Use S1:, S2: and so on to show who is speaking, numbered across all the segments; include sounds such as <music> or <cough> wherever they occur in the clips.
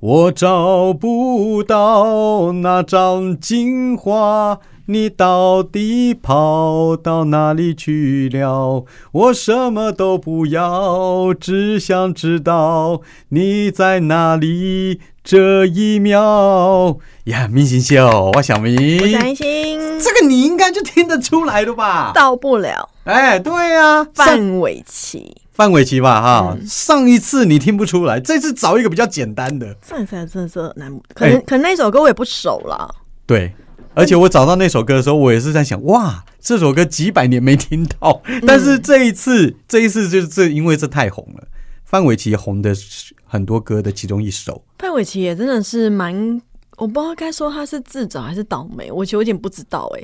S1: 我找不到那张金花，你到底跑到哪里去了？我什么都不要，只想知道你在哪里这一秒。呀，明星秀，我小明，
S2: 我三星
S1: 这个你应该就听得出来的吧？
S2: 到不了
S1: 哎，对呀、啊，上
S2: 范玮琪，
S1: 范玮琪吧，哈、上一次你听不出来，这次找一个比较简单的。
S2: 上一次还真的是难，哎可能、可能那首歌我也不熟了。
S1: 对，而且我找到那首歌的时候，我也是在想，哇，这首歌几百年没听到，
S2: 嗯
S1: 但是这一次，这一次就是这，因为这太红了，范玮琪红的是很多歌的其中一首。
S2: 范玮琪也真的是蛮，我不知道该说他是自找还是倒霉，我其实有点不知道哎、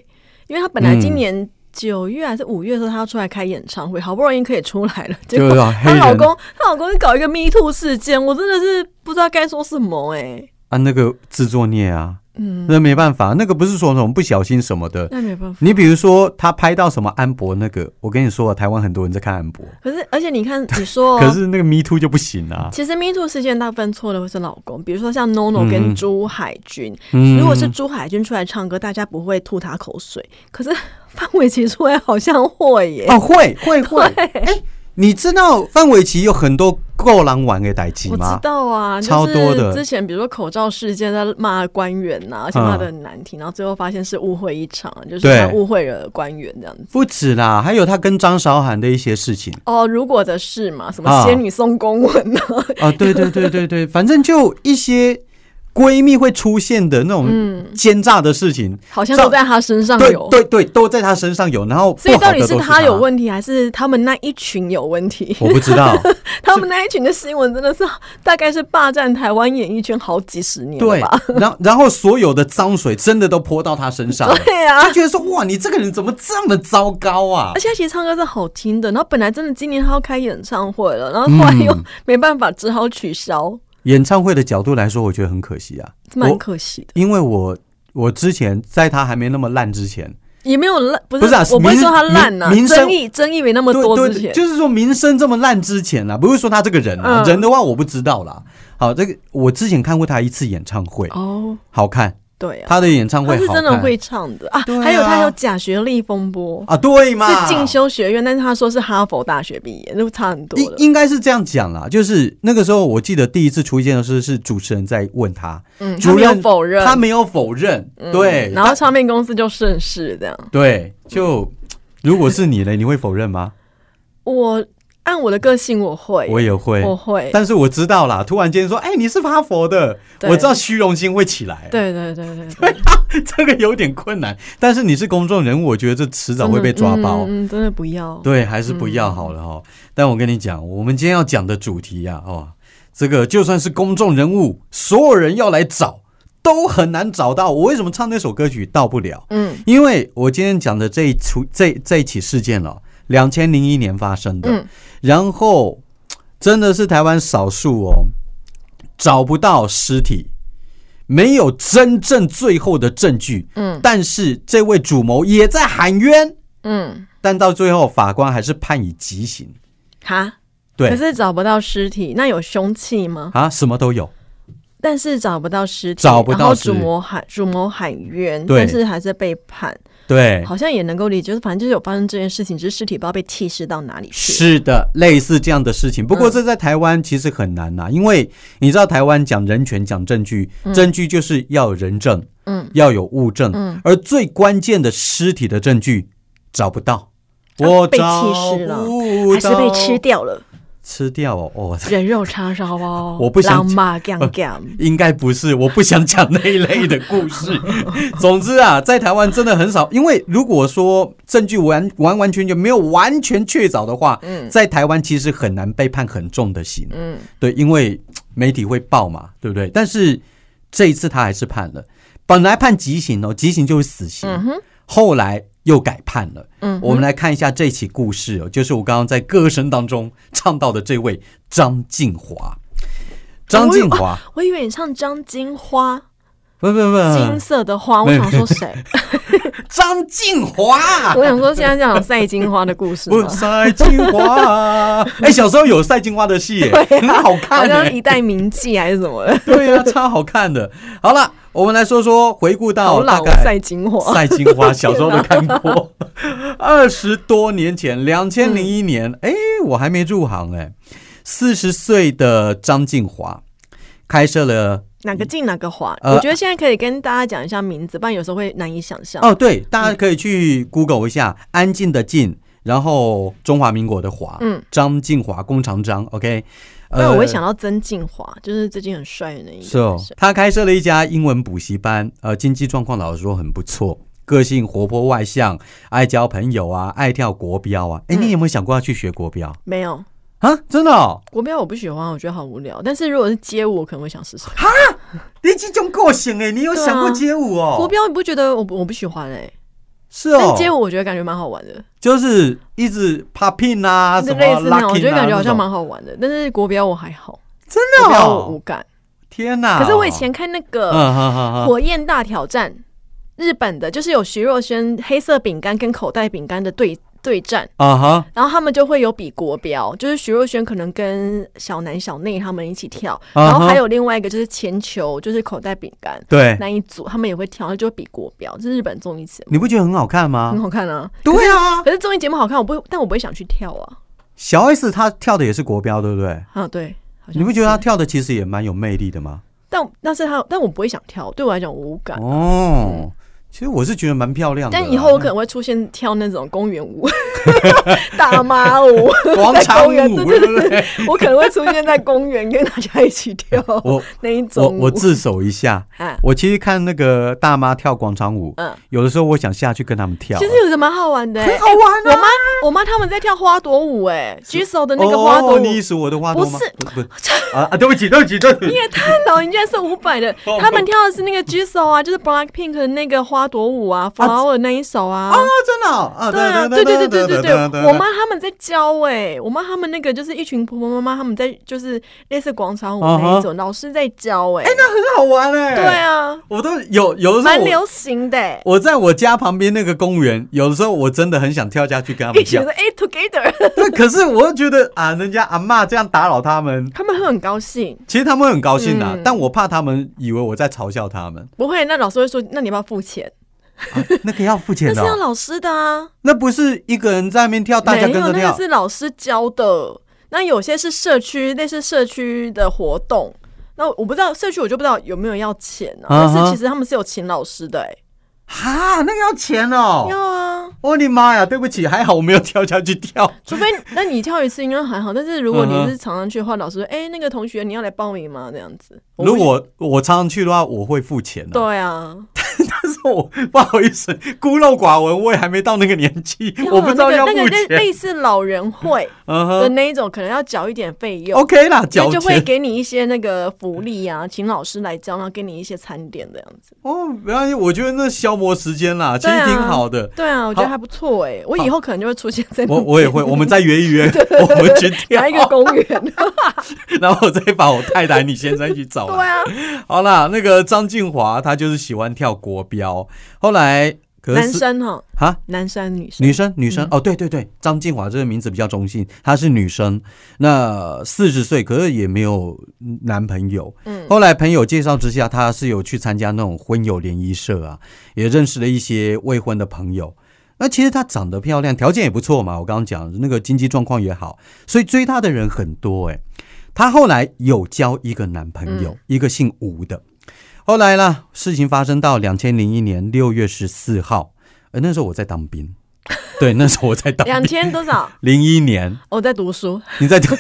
S2: 因为他本来今年九月还是五月的时候，他要出来开演唱会，好不容易可以出来了，结
S1: 就
S2: 果
S1: 是啊
S2: 她
S1: 黑人
S2: 老公，她老公搞一个 Me Too 事件，我真的是不知道该说什么哎、 <laughs>
S1: 啊，那个自作孽啊，
S2: 嗯，
S1: 那没办法，那个不是说什么不小心什么的。
S2: 那没办法。
S1: 你比如说，他拍到什么安博那个，我跟你说啊，台湾很多人在看安博，
S2: 可是，而且你看，你说哦、
S1: 可是那个 Me Too 就不行
S2: <laughs>
S1: 啊。
S2: 其实 Me Too 事件大部分错的会是老公，比如说像 NONO
S1: 嗯
S2: 跟朱海军，
S1: 嗯
S2: 如果是朱海军出来唱歌，大家不会吐他口水，可是范玮琪出来好像会耶。
S1: 哦，会会会，
S2: <laughs>
S1: 哎、你知道范玮琪有很多够狼玩的代际
S2: 我
S1: 吗
S2: 知？道啊，
S1: 超多
S2: 就
S1: 的嗯
S2: 是之前比如说口罩事件在骂官员呐、而且骂的很难听，然后最后发现是误会一场，就是
S1: 对
S2: 他误会了官员这样子。
S1: 不止啦，还有他跟张韶涵的一些事
S2: <laughs>
S1: 情
S2: 哦，如果的事嘛，什
S1: 啊
S2: 么仙女送公文呐、
S1: 啊，对对对对对，反正就一些闺蜜会出现的那种奸诈的事情，
S2: <laughs> 好像都在他身上
S1: 对
S2: 嗯有。
S1: 对对，都在他身上有，然后不
S2: 所以
S1: 好
S2: 到
S1: 的
S2: 底
S1: 都是
S2: 他有，问题，还是他们那一群有问题？
S1: 我不知
S2: <laughs>
S1: 道，
S2: 他们那一群的新闻真的是 <laughs> 大概是霸占台湾演艺圈好几十年了
S1: 对
S2: 吧？，
S1: 然后然后所有的脏水真的都泼到他身上了，
S2: <laughs> 对啊呀、
S1: 就觉得说哇，你这个人怎么这么糟糕啊
S2: 而？且他其实唱歌是好听的，然后本来真的今年他要开演唱会了，然后
S1: 嗯
S2: 后来又没办法，只好取消，
S1: 演唱会的角度来说，我觉得很可惜啊，
S2: 蛮
S1: 我
S2: 可惜的。
S1: 因为我我之前在他还没那么烂之前，
S2: 也没有烂，不
S1: 不是啊
S2: 我不会
S1: 民
S2: 说他烂呐、
S1: 民民生
S2: 争议争议没那么多
S1: 对
S2: 之
S1: 对，
S2: 前，
S1: 就是说名声这么烂之前啊，不是说他这个人啊，
S2: 嗯
S1: 人的话我不知道啦。好，这个我之前看过他一次演唱会，
S2: 哦，
S1: 好看，
S2: 对啊，
S1: 他的演唱会
S2: 他
S1: 好
S2: 是
S1: 看
S2: 真的会唱的啊
S1: 对啊
S2: 还有他有假学历风波，
S1: 啊，对嘛，
S2: 是进修学院，但是他说是哈佛大学毕业，那差很多
S1: 应
S2: 了。
S1: 应该是这样讲啦，就是那个时候我记得第一次出现的是是主持人在问他，
S2: 嗯，
S1: 主
S2: 他没有
S1: 任
S2: 否认，嗯
S1: 他没有否认，对，
S2: 然后
S1: 他
S2: 唱片公司就顺势这样。
S1: 对，就如果是你嘞，你会否认吗？
S2: 我按我的个性，我会，
S1: 我也会，
S2: 我会，
S1: 但是我知道啦，突然间说，哎、你是哈佛的，
S2: 对
S1: 我知道虚荣心会起来，
S2: 对对对对
S1: <laughs>
S2: 对，
S1: 这个有点困难。但是你是公众人物，我觉得这迟早
S2: 真的
S1: 会被抓包。
S2: 嗯，嗯真嗯的不要。
S1: 对，还是不要好了哈、但我跟你讲，我们今天要讲的主题呀、哦，这个就算是公众人物，所有人要来找都很难找到。我为什么唱那首歌曲到不了？
S2: 嗯
S1: 因为我今天讲的这一出这这一起事件了，两千零一年发生的，
S2: 嗯
S1: 然后真的是台湾少数哦，找不到尸体，没有真正最后的证据，
S2: 嗯
S1: 但是这位主谋也在喊冤，
S2: 嗯，
S1: 但到最后法官还是判以极刑。
S2: 哈。可
S1: 对
S2: 是找不到尸体，那有凶器吗？
S1: 啊，什么都有，
S2: 但是找不到尸体，
S1: 找不到
S2: 然后
S1: 尸
S2: 主谋喊主谋喊冤，
S1: 对
S2: 但是还是被判，
S1: 对，
S2: 好像也能够理解，就是反正就是有发生这件事情，只是尸体不知道被弃尸到哪里去。
S1: 是的，类似这样的事情。不过
S2: 嗯
S1: 这在台湾其实很难呐、啊因为你知道台湾讲人权、讲证据，证据就是要有人证，
S2: 嗯，
S1: 要有物证，
S2: 嗯
S1: 而最关键的尸体的证据找不到，我
S2: 啊被
S1: 找
S2: 弃尸了
S1: 不
S2: 还是被
S1: 到
S2: 吃掉了， <laughs>
S1: 吃掉哦，哦，
S2: 人肉叉烧包，
S1: <laughs> 我不想嗯
S2: 浪漫 g a n g a
S1: 应该不是，我不想讲那一类的故
S2: <laughs>
S1: 事。总之啊，在台湾真的很少，因为如果说证据完完完全全没有完全确凿的话，
S2: 嗯
S1: 在台湾其实很难被判很重的刑。
S2: 嗯，
S1: 对，因为媒体会报嘛，对不对？但是这一次他还是判了，本来判极刑哦，极刑就是死刑，
S2: 嗯哼，
S1: 后来又改判了。
S2: 嗯哼
S1: 我们来看一下这起故事哦，就是我刚刚在歌声当中唱到的这位张静华。张静华，
S2: 我以为你唱张金花，
S1: 不不不，
S2: 金色的花，
S1: 嗯没
S2: 我
S1: 有
S2: 想说谁？
S1: 张静华、 <laughs>
S2: 我想说，现在讲赛金花的故事
S1: 不
S2: 吗
S1: 是？赛金花。 <laughs> 哎、小时候有赛金花的戏耶、很好
S2: 好
S1: 看、
S2: 像
S1: 欸。
S2: 一代名妓还是
S1: <laughs>
S2: 什么的，
S1: 对啊，超好看的。好了，我们来说说回顾
S2: 好
S1: 到哦大
S2: 老
S1: 概
S2: 赛金花。
S1: 赛金花，小时候都看过，二十多年前，两千零一年，哎、我还没入行哎、四十岁的张静华开设了
S2: 哪个进哪个滑？
S1: 呃
S2: 我觉得现在可以跟大家讲一下名字，不然有时候会难以想象。
S1: 哦，对，大家
S2: 嗯
S1: 可以去 Google 一下“安静的静”，然后中华民国的华，
S2: 嗯，
S1: 张静华工长张，OK，
S2: 不然我会想到曾静华，就是最近很帅的那一个。
S1: 呃是哦，他开设了一家英文补习班，呃，经济状况老实说很不错，个性活泼外向，爱交朋友啊，爱跳国标啊。哎，
S2: 嗯
S1: 你有没有想过要去学国标、
S2: 没有
S1: 啊？真的、哦？
S2: 国标我不喜欢，我觉得好无聊。但是如果是街舞，我可能会想试试看。
S1: 你这种个性哎，你有想过街舞哦？
S2: 啊国标你不觉得我不我不喜欢哎、
S1: 是
S2: 但
S1: 哦，
S2: 是街舞我觉得感觉蛮好玩的，
S1: 就是一直 popping 啊，什
S2: 就
S1: 么
S2: 类似那种，我
S1: locking
S2: 觉得
S1: 啊
S2: 感觉好像
S1: 那种
S2: 蛮好玩的。但是国标我还好，
S1: 真
S2: 国
S1: 的、
S2: 标我无
S1: 哦。
S2: 感。
S1: 天哪！
S2: 可是我以前看那
S1: 嗯，
S2: 个
S1: 哈哈哈
S2: 《
S1: 哈，
S2: 火焰大挑战》，日本的，就是有徐若瑄黑色饼干跟口袋饼干的对对战。
S1: 啊哈，
S2: 然后他们就会有比国标，就是徐若瑄可能跟小南、小内他们一起跳，
S1: 啊哈
S2: 然后还有另外一个就是铅球，就是口袋饼干
S1: 对，
S2: 那一组，他们也会跳，就会比国标，这是日本综艺节目，
S1: 你不觉得很好看吗
S2: 很？好看啊。
S1: 对啊，
S2: 可是综艺节目好看，我不会，但我不会想去跳啊。
S1: 小 S 她跳的也是国标，对不对？
S2: 啊，对，好像
S1: 你不觉得她
S2: 是？
S1: 跳的其实也蛮有魅力的吗？
S2: 但但是他，但我不会想跳，对我来讲我无感。
S1: 哦，其实我是觉得蛮漂亮的啦。
S2: 啊
S1: 啊
S2: 嗯但以后我可能会出现跳那种公
S1: <laughs>
S2: 园舞、大妈舞，
S1: 广场舞，
S2: 在公园
S1: 对不对？
S2: 我可能会出现在公园跟大家一起跳 <laughs>
S1: 我
S2: 那一种
S1: 我
S2: 舞。
S1: 我自首一下，
S2: 啊，
S1: 我其实看那个大妈跳广场舞，
S2: 嗯
S1: 有的时候我想下去跟他们跳，啊
S2: 其实有什么好玩的、欸？
S1: 很好玩啊
S2: 我妈我妈他们在跳花朵舞、哎，举手的那个花朵舞，
S1: 哦
S2: <laughs>
S1: 你数我的花朵吗？
S2: 不是
S1: 不是啊啊！对不起，对不起，对不起
S2: 你。也太老，你竟然是五百的。
S1: 哦
S2: 他们跳的是那个举手啊，就是 Blackpink 的那个花朵舞啊，Flower 那一首啊。
S1: 啊，真的哦啊！
S2: 对啊，对
S1: 对
S2: 对对对对对，我妈他们在教哎、我妈他们那个就是一群婆婆妈妈，他们在就是类似广场舞那一种老师在教哎、
S1: 嗯那很好玩哎。
S2: 对，啊，
S1: 我都有有的时候
S2: 蛮
S1: 我
S2: 流行的、欸，
S1: 我在我家旁边那个公园，有的时候我真的很想跳下去跟他
S2: 一
S1: 们
S2: 起
S1: 跳
S2: 说，哎 together， <laughs>
S1: 对，可是我又觉得啊，人家阿嬷这样打扰他们，
S2: 他们会很高兴，
S1: 其实他们会很高兴啊，
S2: 嗯
S1: 但我怕他们以为我在嘲笑他们，
S2: 不会，那老师会说，那你要不要付钱？
S1: 啊、那个要付
S2: 那
S1: 钱
S2: 是
S1: 的
S2: 要
S1: 哦、
S2: 老师的啊。
S1: 那不是一个人在那边跳，大家
S2: 没
S1: 跟
S2: 有，
S1: 着
S2: 那
S1: 跳
S2: 个，是老师教的。那有些是社区，类似社区的活动。那我不知道社区，我就不知道有没有要钱啊。
S1: 啊哈
S2: 但是其实他们是有请老师的、欸，
S1: 哈，那个要钱哦、
S2: 要啊。
S1: 我的妈呀！对不起，还好我没有跳下去跳。
S2: 除非那你跳一次应该还好，但是如果你
S1: 嗯哼
S2: 是常常去的话，老师说：“哎、那个同学你要来报名吗？”这样子。我不
S1: 如果我常常去的话，我会付钱的、
S2: 对啊，
S1: 但是我 <laughs> 不好意思，孤陋寡闻，我也还没到那个年纪，我不知道
S2: 啊那
S1: 要
S2: 个
S1: 付
S2: 那个类
S1: 钱。
S2: 类似老人会
S1: 嗯
S2: 的
S1: 哼
S2: 那一种，可能要缴一点费用。
S1: ，OK 啦，
S2: 所
S1: 交
S2: 以就会
S1: 钱。
S2: 给你一些那个福利啊，请老师来教，然后给你一些餐点这样子。
S1: 哦，没关系，我觉得那消磨时间啦，其实
S2: 对啊
S1: 挺好
S2: <laughs>
S1: 的。
S2: 对啊，我觉得
S1: 好
S2: 还不错哎、我以后可能就会出现在那
S1: 我我也会，我们
S2: <laughs>
S1: 再约一约， <laughs> 我们去跳
S2: 哪，一个公园。
S1: <laughs>
S2: <laughs>
S1: 然后我再把我太太、你先生一起找
S2: 对
S1: 来。
S2: 啊，
S1: 好啦，那个张静华她就是喜欢跳国标，后来可
S2: 男
S1: 是
S2: 生哈，
S1: 啊，
S2: 男生女生嗯
S1: 女生女生、哦，对对对，张静华这个名字比较中性，她是女生，那四十岁，可是也没有男朋友。
S2: 嗯
S1: 后来朋友介绍之下，她是有去参加那种婚友联谊社啊，也认识了一些未婚的朋友。那其实她长得漂亮，条件也不错嘛，我刚刚讲那个经济状况也好，所以追她的人很多哎、她后来有交一个男朋
S2: 嗯
S1: 友，一个姓吴的。后来啦，事情发生到两千零一年六月十四号，呃，那时候我在当
S2: <laughs>
S1: 兵，对，那时候我在当
S2: 两
S1: 兵，
S2: 千多少？哦
S1: 零一年
S2: 我在读书，
S1: 你在
S2: <laughs>
S1: 当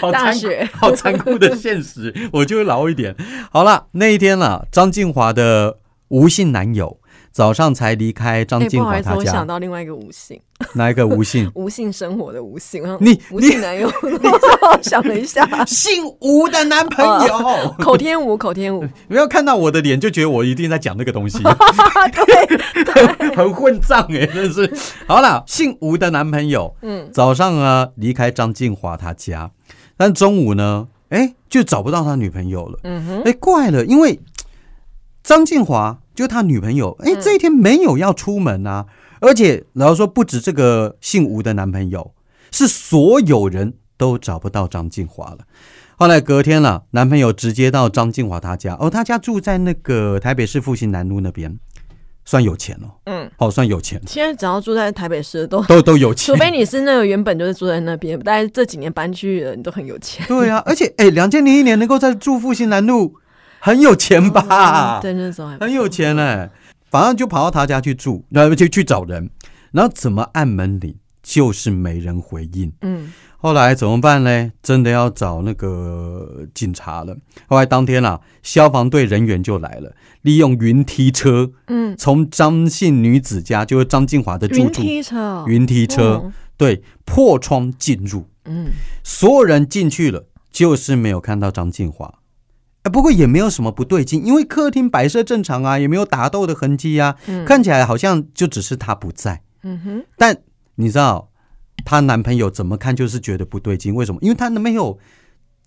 S1: 好
S2: 大
S1: 残酷
S2: 学
S1: <laughs> 好残酷的现实，我就会老一点。好了，那一天啦，张静华的吴姓男友早上才离开张
S2: 哎，不
S1: 静
S2: 好
S1: 华
S2: 意思，
S1: 他
S2: 我
S1: 家，
S2: 想到另 <laughs> 外一个吴姓，？
S1: 哪一个吴姓
S2: 无性生活的无性，然后
S1: 你
S2: 无性男友， <laughs> 我想了
S1: <laughs>
S2: 一下，
S1: 姓吴的男朋友，
S2: 口天吴，口天吴，
S1: 没有看到我的脸就觉得我一定在讲那个东西。
S2: <laughs> 对，
S1: <laughs> 很混账
S2: <laughs>
S1: 哎、真是。好啦，姓吴的男朋友，
S2: 嗯
S1: 早上啊离开张静华他家，但中午呢，哎、就找不到他女朋友了。
S2: 嗯哼，
S1: 哎、怪了，因为嘖张静华就他女朋友，
S2: 嗯
S1: 哎，这一天没有要出门啊，而且然后说不止这个姓吴的男朋友，是所有人都找不到张静华了。后来隔天了，男朋友直接到张静华他家，哦，他家住在那个台北市复兴南路那边，算有钱哦，
S2: 嗯，
S1: 好、算有钱， <laughs>
S2: 现在只要住在台北市的都，
S1: 都都有
S2: 除
S1: 钱。
S2: 非你是那个原本就是住在那边，但是这几年搬去的你都很有钱。
S1: 对啊，而且哎，两千零一年能够在住复兴南路，很有钱 <laughs> 吧？
S2: 嗯对，那种还不
S1: 很有钱哎、反正就跑到他家去住，然后就去找人，然后怎么按门铃，就是没人回应。
S2: 嗯，
S1: 后来怎么办呢？真的要找那个警察了。后来当天啊，消防队人员就来了，利用云梯车，
S2: 嗯，
S1: 从张姓女子家，就是张静华的住
S2: 云
S1: 处，
S2: 梯车哦，
S1: 云梯车，
S2: 哦，
S1: 对，破窗进入，
S2: 嗯，
S1: 所有人进去了，就是没有看到张静华。哎不过也没有什么不对劲，因为客厅摆设正常啊，也没有打斗的痕迹啊，
S2: 嗯
S1: 看起来好像就只是她不在。
S2: 嗯哼，
S1: 但你知道她男朋友怎么看就是觉得不对劲，为什么？因为她男朋友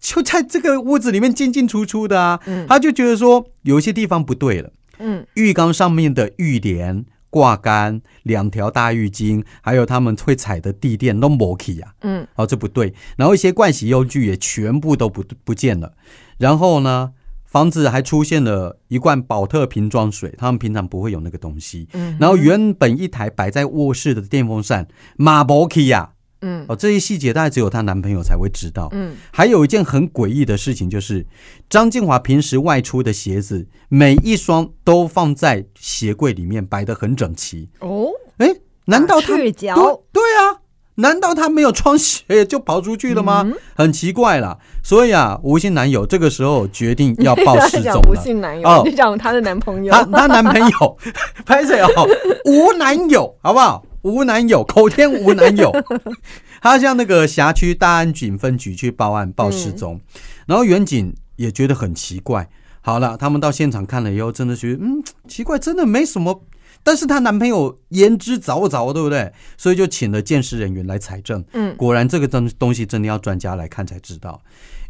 S1: 就在这个屋子里面进进出出的啊，
S2: 嗯
S1: 她就觉得说有一些地方不对了。
S2: 嗯
S1: 浴缸上面的浴帘、挂杆、两条大浴巾，还有他们会踩的地垫都没起啊，
S2: 嗯
S1: 哦，这不对。然后一些盥洗用具也全部都不不见了。然后呢，房子还出现了一罐宝特瓶装水，他们平常不会有那个东西。
S2: 嗯
S1: 然后原本一台摆在卧室的电风扇马博基呀，
S2: 嗯
S1: 哦，这些细节大概只有她男朋友才会知道。
S2: 嗯
S1: 还有一件很诡异的事情，就是张静华平时外出的鞋子，每一双都放在鞋柜里面，摆得很整齐。
S2: 哦，
S1: 哎，难道她
S2: 打赤脚
S1: 对对啊？难道她没有穿鞋就跑出去了
S2: 嗯
S1: 吗？很奇怪啦。所以啊，吴姓男友这个时候决定
S2: <laughs>
S1: 要报失踪
S2: 讲吴
S1: 了。
S2: 姓男
S1: 哦
S2: 友，你讲她的男朋友，
S1: 她她男朋友， <laughs> 拍谁
S2: <laughs>
S1: 哦？无男友，好不好？无男友，口天无男友。 <laughs> 她向那个辖区大安警分局去报案，报失踪。
S2: 嗯
S1: 然后远警也觉得很奇怪。好了，他们到现场看了以后，真的觉得嗯奇怪，真的没什么。但是她男朋友言之凿凿，对不对？所以就请了鉴识人员来采证。
S2: 嗯
S1: 果然这个东东西真的要专家来看才知道，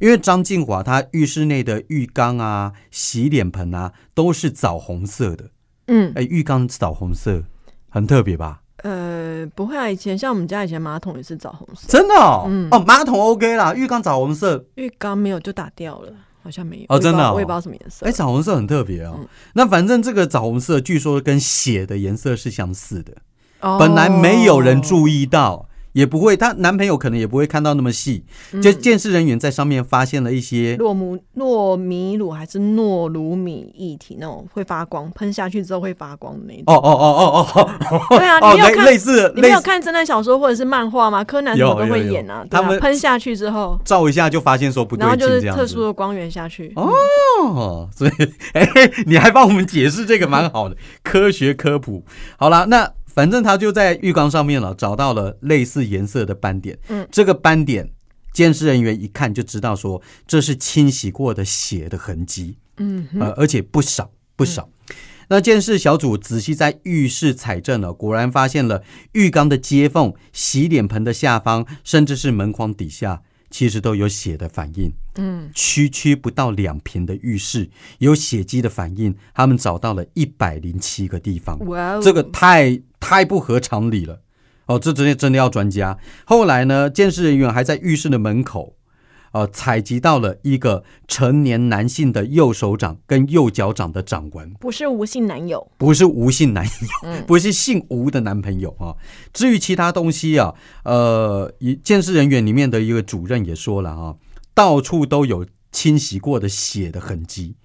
S1: 因为张静华她浴室内的浴缸啊、洗脸盆啊都是枣红色的，
S2: 嗯
S1: 哎，浴缸是枣红色，很特别吧？
S2: 呃，不会啊，以前像我们家以前马桶也是枣红色，
S1: 真的哦，
S2: 嗯
S1: 哦，马桶 OK 啦，浴缸枣红色，
S2: 浴缸没有就打掉了，好像没有，
S1: 哦
S2: 我也不知
S1: 真的
S2: 道
S1: 哦
S2: 我也不知道什么颜色
S1: 哎，，枣红色很特别
S2: 嗯
S1: 哦。那反正这个枣红色据说跟血的颜色是相似的，
S2: 哦
S1: 本来没有人，注意到，也不会，她男朋友可能也不会看到那么细，
S2: 嗯
S1: 就监视人员在上面发现了一些
S2: 糯米糯米乳还是糯乳米液体那种会发光，喷下去之后会发光的那一种。
S1: 哦哦哦哦哦哦，
S2: 对啊
S1: 哦
S2: 你有
S1: 类
S2: 看
S1: 类似
S2: 你没
S1: 类
S2: 有
S1: 似
S2: 看侦探小说或者是漫画吗？柯南什么
S1: 有
S2: 都
S1: 有
S2: 会
S1: 有
S2: 演啊，对
S1: 他
S2: 啊
S1: 们
S2: 喷下去之后，
S1: 照一下就发现说不对
S2: 然后
S1: 劲
S2: 就是
S1: 这样
S2: 特殊
S1: 子。
S2: 的光源下去。
S1: 哦哦，所以哎，你还帮我们解释这个蛮好的科学科普。好啦，那反正他就在浴缸上面了，找到了类似颜色的斑点。
S2: 嗯，
S1: 这个斑点，监视人员一看就知道说这是清洗过的血的痕迹。
S2: 嗯，
S1: 呃，而且不少不少。那监视小组仔细在浴室采证了，果然发现了浴缸的接缝、洗脸盆的下方，甚至是门框底下，其实都有血的反应。
S2: 嗯，
S1: 区区不到两平的浴室有血迹的反应，他们找到了一百零七个地方。
S2: 哇哦，
S1: 这个太太不合常理了。哦，这真的真的要专家。后来呢，监视人员还在浴室的门口，呃，采集到了一个成年男性的右手掌跟右脚掌的掌纹，
S2: 不是无性男友，
S1: 不是吴姓男友，
S2: 嗯
S1: <laughs> 不是姓吴的男朋友啊。至于其他东西啊，呃，一监视人员里面的一个主任也说了啊，到处都有清洗过的血的痕迹。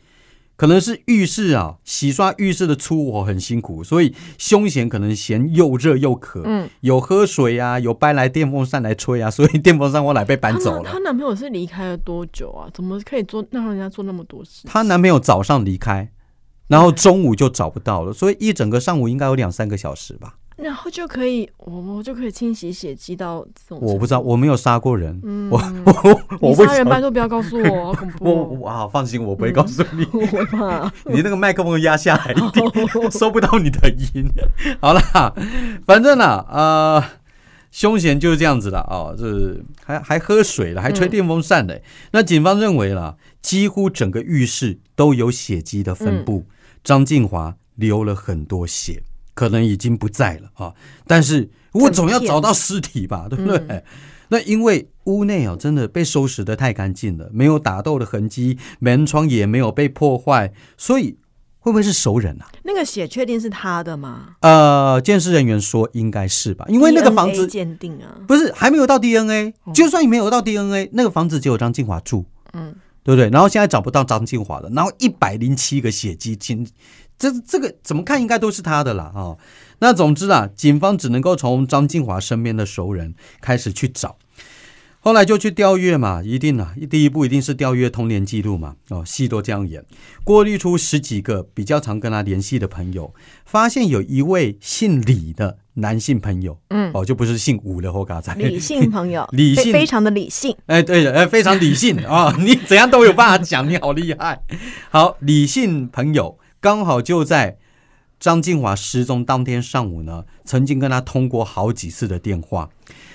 S1: 可能是浴室啊，洗刷浴室的粗活很辛苦，所以胸弦可能嫌又热又渴，
S2: 嗯，
S1: 有喝水啊，有搬来电风扇来吹啊，所以电风扇我来被搬走
S2: 她
S1: 了
S2: 她。男朋友是离开了多久啊？怎么可以做让人家做那么多事？
S1: 她男朋友早上离开，然后中午就找不到了，所以一整个上午应该有两三个小时吧。
S2: 然后就可以，我我就可以清洗血迹到这种程度。
S1: 我不知道，我没有杀过人，
S2: 嗯
S1: 我我我
S2: 你
S1: 为
S2: 杀
S1: 什
S2: 人
S1: 么？
S2: 拜托不要告诉我，好恐
S1: 我
S2: 怖哦！
S1: 我好放心，我不会告诉你。
S2: 我会怕。
S1: <laughs> 你那个麦克风压下来一点， <laughs> 收不到你的音。好啦，反正啦，呃，凶险就是这样子了哦，这还还喝水了，还吹电风扇嘞。那警方认为啦，几乎整个浴室都有血迹的分布，张静华流了很多血，可能已经不在了啊。但是我总要找到尸体吧，对不对？那因为屋内哦，真的被收拾的太干净了，没有打斗的痕迹，门窗也没有被破坏，所以会不会是熟人啊？
S2: 那个血确定是他的吗？
S1: 呃，监视人员说应该是吧，因为那个房
S2: DNA
S1: 子
S2: 鉴定
S1: <laughs>
S2: 啊，
S1: 不是还没有到 DNA，就算你没有到 DNA，那个房子只有张静华住，
S2: 嗯，
S1: 对不对？然后现在找不到张静华了，然后一百零七个血迹，请这这个怎么看应该都是他的啦啊、哦。那总之啦，警方只能够从张静华身边的熟人开始去找。后来就去调阅嘛，一定啊，第一步一定是调阅童年记录嘛，哦，戏都这样演，过滤出十几个比较常跟他联系的朋友，发现有一位姓李的男性朋友，嗯，哦，就不是姓吴的后嘎仔，
S2: 理性朋友，
S1: <laughs> 理
S2: 非
S1: 性
S2: 非常的理性，
S1: 哎，对的，哎，非常理性啊、你怎样都有办法讲，你好厉害。好，理性朋友刚好就在张静华失踪当天上午呢，曾经跟他通过好几次的电话。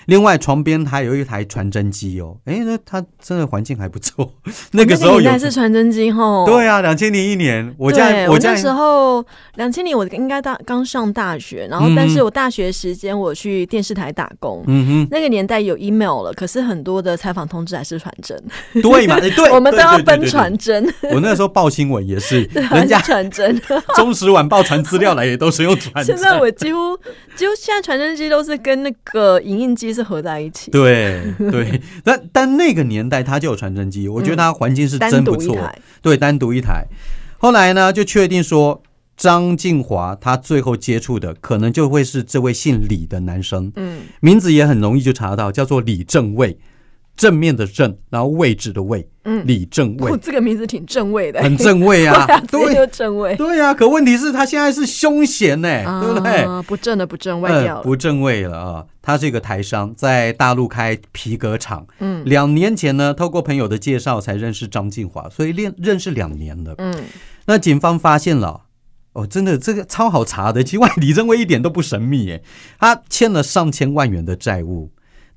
S1: 另外，床边还有一台传真机哦，哎，那他真的环境还不错。那个时候
S2: 年
S1: 有
S2: 代，是传真机吼，
S1: 对啊，两千零一年，我
S2: 对，
S1: 家
S2: 我
S1: 家
S2: 那时候两千年，我应该大刚上大学，然后但是我大学时间我去电视台打工，
S1: 嗯
S2: 那个年代有 email 了，可是很多的采访通知还是传真，
S1: 哼，对嘛，哎对，
S2: <laughs> 我们都要
S1: 对
S2: 分。传真，
S1: 对对对对我那时候报新闻也是，人
S2: 还是
S1: 家《<laughs>
S2: 传真。
S1: 中时晚报》传资料来也都是用传
S2: 现
S1: 真。
S2: 在我几乎几乎现在传真机都是跟那个影印机是合在一 <laughs> 起，
S1: 对对，但但那个年代它就有传真机，我觉得它环境是真
S2: 嗯单
S1: 不
S2: 独一
S1: 错，
S2: 台。
S1: 对，单独一台。后来呢，就确定说张静华他最后接触的可能就会是这位姓李的男生，
S2: 嗯，
S1: 名字也很容易就查到，叫做李正卫，正面的正，然后位置的位，
S2: 嗯
S1: 李正
S2: 我 <laughs>
S1: 卫，
S2: 这个名字挺正位的，
S1: 很正位
S2: <laughs>
S1: 啊，
S2: 对啊，直接
S1: 对
S2: 就正位，
S1: 对啊。可问题是，他现在是凶嫌呢、对不对？
S2: 啊？不正的不正，外
S1: 嗯，
S2: 掉了。
S1: 不正位了啊！他是一个台商，在大陆开皮革厂。
S2: 嗯，
S1: 两年前呢，透过朋友的介绍才认识张静华，所以认认识两年了。
S2: 嗯，
S1: 那警方发现了，哦，真的这个超好查的。其实李正威一点都不神秘耶，他欠了上千万元的债务。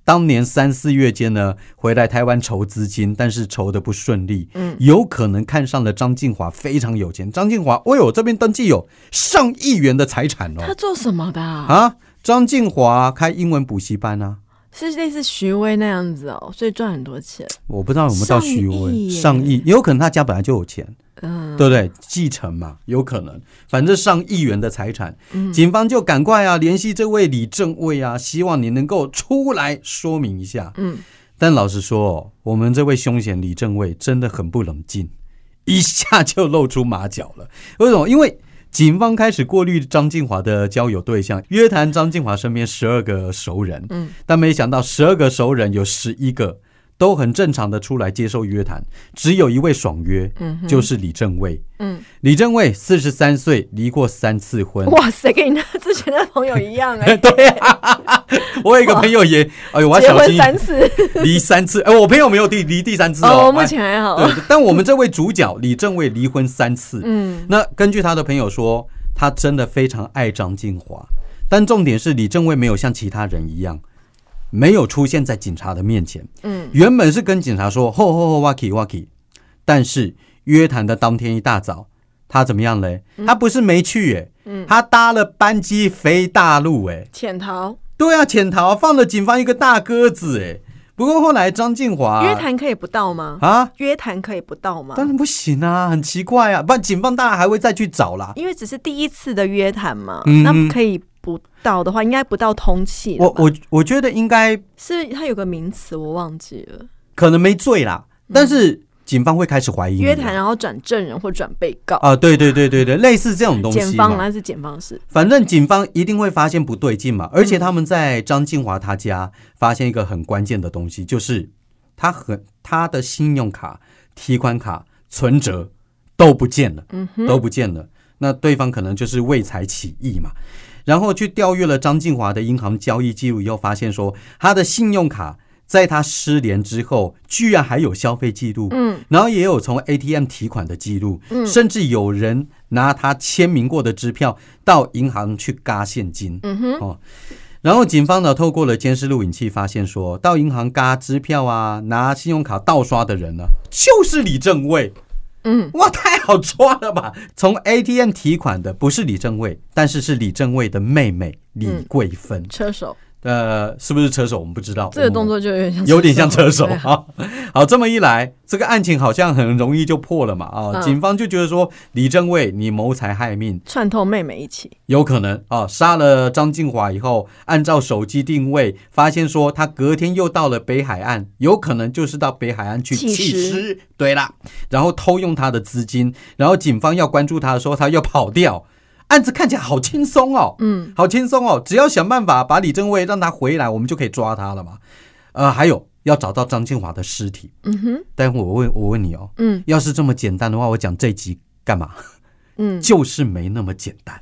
S1: 当年三四月间呢，回来台湾筹资金，但是筹的不顺利，
S2: 嗯，
S1: 有可能看上了张静华，非常有钱。张静华，哦呦，这边登记有上亿元的财产哦。
S2: 他做什么的啊？
S1: 啊，张静华开英文补习班啊，
S2: 是类似徐威那样子哦，所以赚很多钱。
S1: 我不知道有没有到虚
S2: 上亿
S1: 位
S2: 耶
S1: 上亿，也有可能他家本来就有钱，
S2: 嗯，
S1: 对不对？继承嘛，有可能，反正上亿元的财产，
S2: 嗯
S1: 警方就赶快啊联系这位李正卫啊，希望你能够出来说明一下。
S2: 嗯，
S1: 但老实说哦，我们这位凶险李正卫真的很不冷静， <laughs> 一下就露出马脚了。为什么？因为警方开始过滤张静华的交友对象，约谈张静华身边十二个熟人。
S2: 嗯，
S1: 但没想到十二个熟人有十一个都很正常的出来接受约谈，只有一位爽约，
S2: 嗯哼
S1: 就是李正卫。
S2: 嗯，
S1: 李正卫四十三岁，离过三次婚。
S2: 哇塞，跟你那之前的朋友一样
S1: <laughs>
S2: 哎、
S1: 对啊，我有一个朋友也，哎呦，我要
S2: 结
S1: 小
S2: 婚
S1: 心
S2: 三次，
S1: 离三次。哎，我朋友没有第离第三次
S2: 哦，
S1: 哦，
S2: 目前还好。
S1: 对，但我们这位主角李正伟离婚三次。
S2: 嗯，
S1: 那根据他的朋友说，他真的非常爱张静华，但重点是李正伟没有像其他人一样，没有出现在警察的面前。
S2: 嗯，
S1: 原本是跟警察说“吼吼吼 w a k i w a k i 但是约谈的当天一大早，他怎么样嘞？
S2: 嗯
S1: 他不是没去耶、他搭了班机飞大陆哎、
S2: 潜逃
S1: 对啊，潜逃放了警方一个大鸽子哎、不过后来张静华
S2: 约谈可以不到吗？
S1: 啊，
S2: 约谈可以不到吗？
S1: 当然不行啊，很奇怪啊，不然警方当然还会再去找啦。
S2: 因为只是第一次的约谈嘛，
S1: 嗯
S2: 那可以不到的话，应该不到通气了
S1: 我
S2: 吧。
S1: 我我觉得应该
S2: 是它有个名词我忘记了，
S1: 可能没罪啦，但是警方会开始怀疑你
S2: 约谈然后转证人或转被告，
S1: 啊，对对对对对，类似这种东西嘛。
S2: 检方那是检方是
S1: 反正警方一定会发现不对劲嘛，而且他们在张静华他家发现一个很关键的东西，就是他很他的信用卡、提款卡、存折都不见了，都不见了。那对方可能就是为财起意嘛，然后去调阅了张静华的银行交易记录以后，发现说他的信用卡在他失联之后，居然还有消费记录，
S2: 嗯，
S1: 然后也有从 ATM 提款的记录，甚至有人拿他签名过的支票到银行去嘎现金，
S2: 嗯哼，
S1: 哦。然后警方呢，透过了监视录影器，发现说到银行嘎支票啊，拿信用卡盗刷的人呢，就是李正卫。
S2: 嗯，
S1: 哇，太好抓了吧！从 ATM 提款的不是李正蔚，但是是李正蔚的妹妹李
S2: 嗯
S1: 桂芬。
S2: 车手
S1: 呃，是不是车手我们不知道，
S2: 这个动
S1: 我们
S2: 作就有点像
S1: 有点像车手
S2: 对啊
S1: 啊。好，这么一来，这个案情好像很容易就破了嘛啊！
S2: 嗯
S1: 警方就觉得说李正蔚你谋财害命，
S2: 串通妹妹一起，
S1: 有可能啊，杀了张静华以后，按照手机定位发现说他隔天又到了北海岸，有可能就是到北海岸去
S2: 弃
S1: 弃
S2: 尸
S1: 尸。对啦，然后偷用他的资金，然后警方要关注他的时候，他又跑掉。案子看起来好轻松哦，
S2: 嗯，
S1: 好轻松哦，只要想办法把李正卫让他回来，我们就可以抓他了嘛。呃，还有要找到张静华的尸体。
S2: 嗯哼，
S1: 待会我问我问你哦，
S2: 嗯
S1: 要是这么简单的话，我讲这集干嘛？ <laughs>
S2: 嗯，
S1: 就是没那么简单。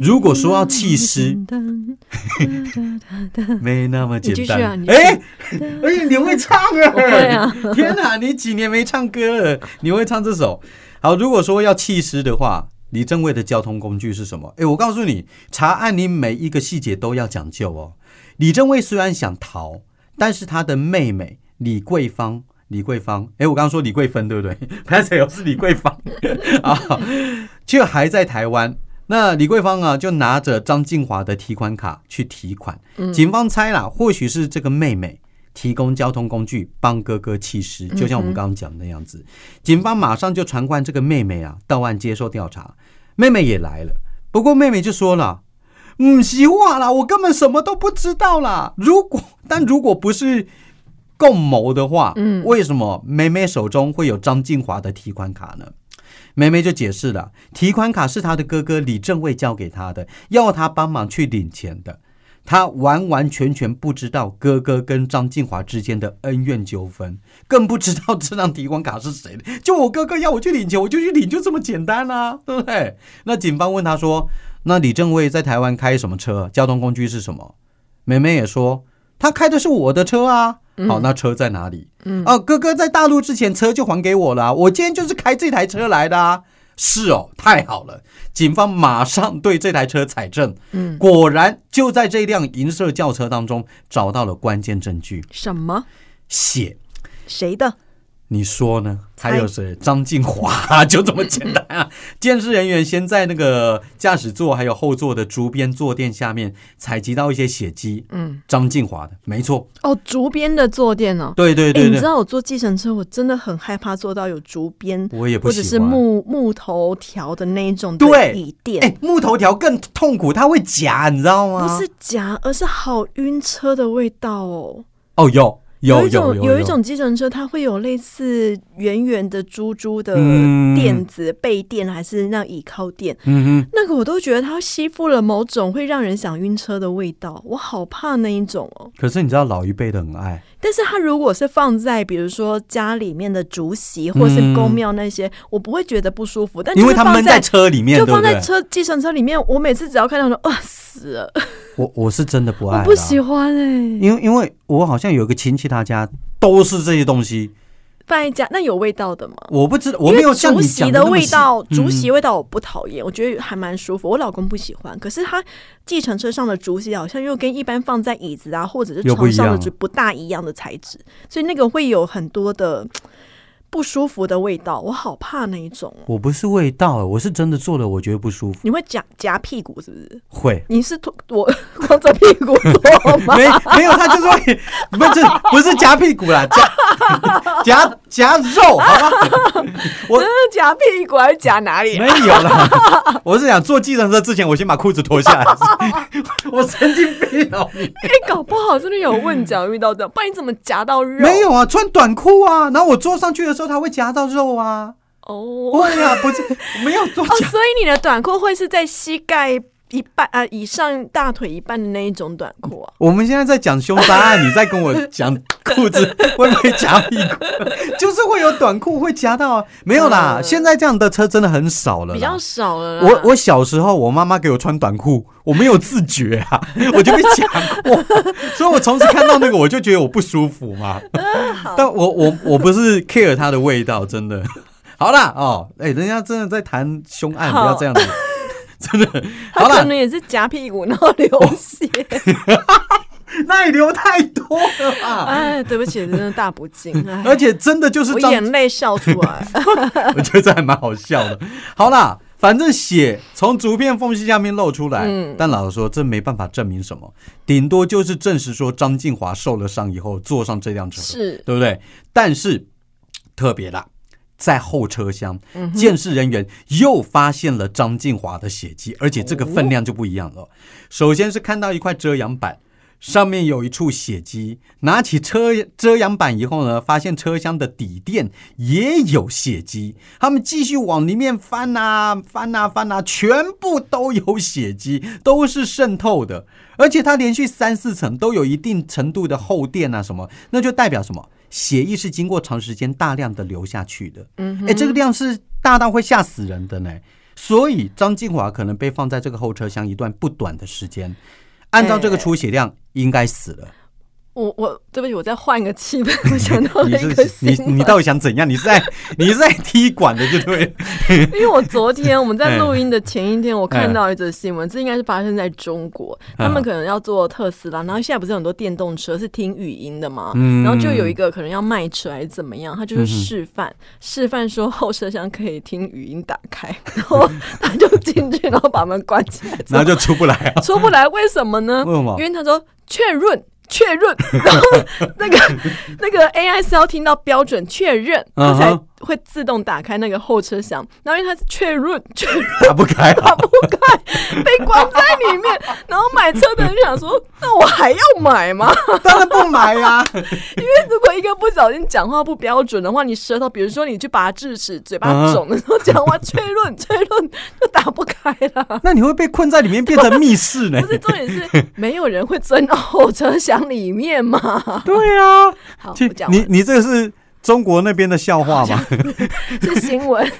S1: 如果说要弃尸， <laughs> 没那么简
S2: 嗯你继续啊
S1: 单
S2: 你。继续
S1: 哎、而且你会唱啊！
S2: 我会啊
S1: 天哪，你几年没唱歌了？你会唱这首？好，如果说要弃尸的话，李正蔚的交通工具是什么？哎，我告诉你，查案你每一个细节都要讲究哦。李正蔚虽然想逃，但是他的妹妹李桂芳。李桂芳，哎，我刚刚说李桂芬对不 <laughs> 对？潘谁又是李桂芳 <laughs> 啊，却还在台湾。那李桂芳啊，就拿着张静华的提款卡去提款。警方猜啦，或许是这个妹妹提供交通工具帮哥哥弃尸，就像我们刚刚讲的那样子。警方马上就传唤这个妹妹啊到案接受调查，妹妹也来了，不过妹妹就说了。嗯，习话啦，我根本什么都不知道啦。如果但如果不是共谋的话，嗯，为什么梅梅手中会有张静华的提款卡呢？梅梅就解释了，提款卡是她的哥哥李正卫交给她的，要她帮忙去领钱的。她完完全全不知道哥哥跟张静华之间的恩怨纠纷，更不知道这张提款卡是谁的。就我哥哥要我去领钱，我就去领，就这么简单啦、 <laughs> 对不对？那警方问她说：“那李正卫在台湾开什么车？交通工具是什么？”梅梅也说：“他开的是我的车啊。”好，那车在哪里？嗯，啊，哥哥在大陆之前车就还给我了啊、我今天就是开这台车来的啊。是哦，太好了！警方马上对这台车采证，
S2: 嗯，
S1: 果然就在这辆银色轿车当中找到了关键证据
S2: 什么
S1: 血。
S2: 谁的？
S1: 你说呢？
S2: 猜
S1: 还有谁？张静华 <laughs> 就这么简单啊！鉴识人员先在那个驾驶座还有后座的竹编坐垫下面采集到一些血迹，
S2: 嗯，
S1: 张静华的，没错，
S2: 哦，竹编的坐垫哦。
S1: 对对
S2: 哎
S1: 对
S2: 你
S1: 对
S2: 知，道我坐计程车，我真的很害怕坐到有竹编
S1: 我也不
S2: 或者
S1: 喜
S2: 是
S1: 欢。
S2: 木木头条的那一种的
S1: 对
S2: 椅垫。
S1: 哎、木头条更痛苦，它会夹，你知道吗？
S2: 不是夹，而是好晕车的味道哦。
S1: 哦，有有
S2: 一种
S1: 有
S2: 有一种计程车，它会有类似圆圆的珠珠的
S1: 嗯
S2: 垫子、背垫，还是那倚靠垫，
S1: 嗯
S2: 那个我都觉得它吸附了某种会让人想晕车的味道，我好怕那一种哦
S1: 哼。。可是你知道老一辈的很爱，
S2: 但是它如果是放在比如说家里面的竹席或是公庙那些，我不会觉得不舒服。但
S1: 嗯因为
S2: 就是
S1: 他
S2: 放
S1: 闷在车里面，
S2: 就
S1: 对不
S2: 放
S1: 对
S2: 在？车计程车里面，我每次只要看到说啊死了，
S1: 我我是真的不爱
S2: 我
S1: 啦，
S2: 不喜欢哎、
S1: 因为因为我好像有一个亲戚，他家都是这些东西，
S2: 放在家那有味道的吗？
S1: 我不知道，我
S2: 因
S1: 没
S2: 为
S1: 有像
S2: 竹
S1: 你
S2: 席
S1: 讲
S2: 的
S1: 那么
S2: 味
S1: 细
S2: 道，
S1: 嗯
S2: 竹席味道我不讨厌，我觉得还蛮舒服。我老公不喜欢，可是他计程车上的竹席好像又跟一般放在椅子啊或者是
S1: 又不
S2: 床
S1: 一样
S2: 上的竹不大一样的材质，所以那个会有很多的嘖不舒服的味道，我好怕那一种哦。
S1: 我不是味道，我是真的做了，我觉得不舒服，
S2: 你会夹夹屁股是不是？
S1: 会。
S2: 你是脱我光着屁股坐吗？
S1: 没没有，他就说不是不是夹屁股啦，夹夹夹肉，好吧？ <laughs>
S2: <laughs>
S1: 我
S2: 真的啊夹屁股还是夹哪里啊、
S1: 没有啦，我是想坐计程车之前，我先把裤子脱下来。 <laughs> 我神经病哦、你
S2: 哎、搞不好真的有问讲遇到这样，不然你怎么夹到肉？
S1: 没有啊，穿短裤啊，然后我坐上去的时候，它会夹到肉啊。
S2: 哦，
S1: 会啊，不是没有坐
S2: 哦，
S1: 夹，
S2: 所以你的短裤会是在膝盖一半啊、以上大腿一半的那一种短裤啊？
S1: 我们现在在讲凶杀案，你在跟我讲裤
S2: <laughs>
S1: 子会不会夹屁股，就是会有短裤会夹到啊，没有啦。
S2: 嗯
S1: 现在这样的车真的很少了啦，
S2: 比较少了啦。
S1: 我我小时候，我妈妈给我穿短裤，我没有自觉啊， <laughs> 我就被夹
S2: <laughs>
S1: 过，所以我从此看到那个，我就觉得我不舒服嘛。
S2: 啊
S1: 但我我我不是 care 它的味道，真的。 <laughs> 好啦，哦，哎、人家真的在谈凶案，不
S2: 好
S1: 要这样子，真的。好
S2: 他可
S1: 啦， <laughs>
S2: 能也是夹屁股然后流血，
S1: 那也流太多了吧？
S2: 哎，对不起，真的大不敬，哎，
S1: 而且真的就是
S2: 我
S1: 张
S2: 眼泪笑出来。
S1: <laughs>
S2: 呃
S1: 我觉得这还蛮好笑
S2: <laughs>
S1: 的。好啦，反正血从竹片缝隙下面露出来，
S2: 嗯
S1: 但老实说，这没办法证明什么，顶多就是证实说张静华受了伤以后坐上这辆车，
S2: 是
S1: 对不对？但是特别啦。在后车厢，
S2: 嗯
S1: 监视人员又发现了张静华的血迹，而且这个分量就不一样
S2: 哦
S1: 了。首先是看到一块遮阳板，上面有一处血迹。拿起车遮阳板以后呢，发现车厢的底垫也有血迹。他们继续往里面翻啊翻啊翻啊，全部都有血迹，都是渗透的。而且它连续三四层都有一定程度的厚垫啊什么，那就代表什么？血液是经过长时间大量的流下去的。嗯，哎，这个量是大到会吓死人的呢。所以张静华可能被放在这个后车厢一段不短的时间，按照这个出血量，应该死
S2: <laughs>
S1: 了。
S2: 我我对不起，我再换一个气氛，我想到了
S1: 你
S2: 一个
S1: 是你
S2: 新闻
S1: 你到底想怎样？你是
S2: <laughs>
S1: 在你是在踢馆的，就对了。
S2: 因为我昨天我们在录音的前一天，我看到一则新闻，这应该是发生在中国，他们可能要做特斯拉，然后现在不是有很多电动车是听语音的嘛，
S1: 嗯
S2: 然后就有一个可能要卖车还是怎么样，他就是示范示范说后车厢可以听语音打开， <laughs> 然后他就进去，然后把门关起来，
S1: 然后就出不来 <laughs>
S2: <laughs>
S1: 啊！
S2: 出不来，为什么呢？
S1: 为什么
S2: 因为他说确认。确认， <laughs> 然后那
S1: <laughs>
S2: 个那个 AI 是要听到标准确认，它才
S1: 嗯哼
S2: 会自动打开那个后车厢。然后因为它是确认，确认
S1: 打不开啊！
S2: 不开，被关在里面。然后买车的人就想说，那我还要买吗？
S1: 当然不买
S2: <laughs>
S1: 啊！
S2: 因为如果一个不小心讲话不标准的话，你舌头，比如说你去拔智齿，嘴巴
S1: 嗯
S2: 肿的时候讲话确认确认就打不开了。
S1: <laughs> 那你会被困在里面变成密室呢
S2: 不？是重点是，没有人会钻到后车厢里面嘛？
S1: 对啊，
S2: 好，
S1: 其
S2: 不讲
S1: 你
S2: 完
S1: 你这个是中国那边的笑话吗？ <laughs>
S2: <laughs> 是新闻，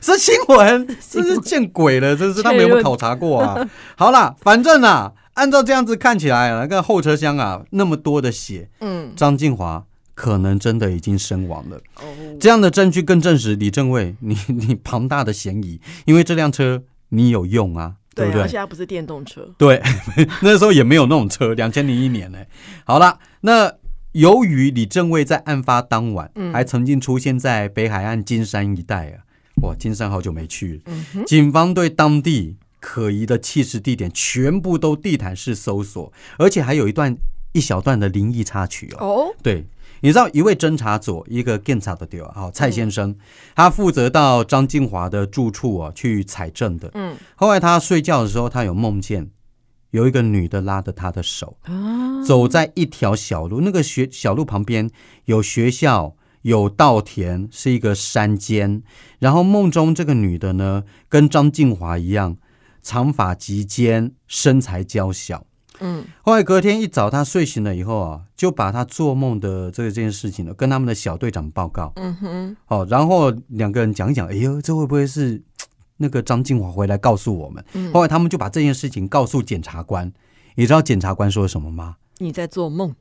S1: 这新
S2: <laughs>
S1: 闻真是见鬼了，真是他们有没有考察过
S2: <laughs>
S1: 啊？好啦，反正啊，按照这样子看起来啊，那个后车厢啊那么多的血，
S2: 嗯，
S1: 张静华可能真的已经身亡了。
S2: 哦，
S1: 这样的证据更证实李正伟 <laughs> 你你庞大的嫌疑，因为这辆车你有用啊，对
S2: 对
S1: 不
S2: 啊，而
S1: 对？
S2: 且它不是电动车，
S1: 对， <laughs> 那时候也没有那种车，两千零一年呢、好了，那由于李正伟在案发当晚、
S2: 嗯
S1: 还曾经出现在北海岸金山一带啊，哇，金山好久没去了。
S2: 嗯
S1: 警方对当地可疑的弃尸地点全部都地毯式搜索，而且还有一段一小段的灵异插曲哦。
S2: 哦，
S1: 对，你知道一位侦查组，一个检察的对吧？好，哦蔡先生，他负责到张金华的住处啊去采证的。
S2: 嗯，
S1: 后来他睡觉的时候，他有梦见有一个女的拉着他的手，走在一条小路，那个学小路旁边有学校。有稻田，是一个山间。然后梦中这个女的呢，跟张静华一样，长发及肩，身材娇小。
S2: 嗯，
S1: 后来隔天一早，他睡醒了以后啊，就把他做梦的这件事情呢，跟他们的小队长报告。
S2: 嗯哼，
S1: 哦，然后两个人讲一讲，哎呦，这会不会是嘖那个张静华回来告诉我们？
S2: 嗯
S1: 后来他们就把这件事情告诉检察官。你知道检察官说什么吗？
S2: 你在做梦，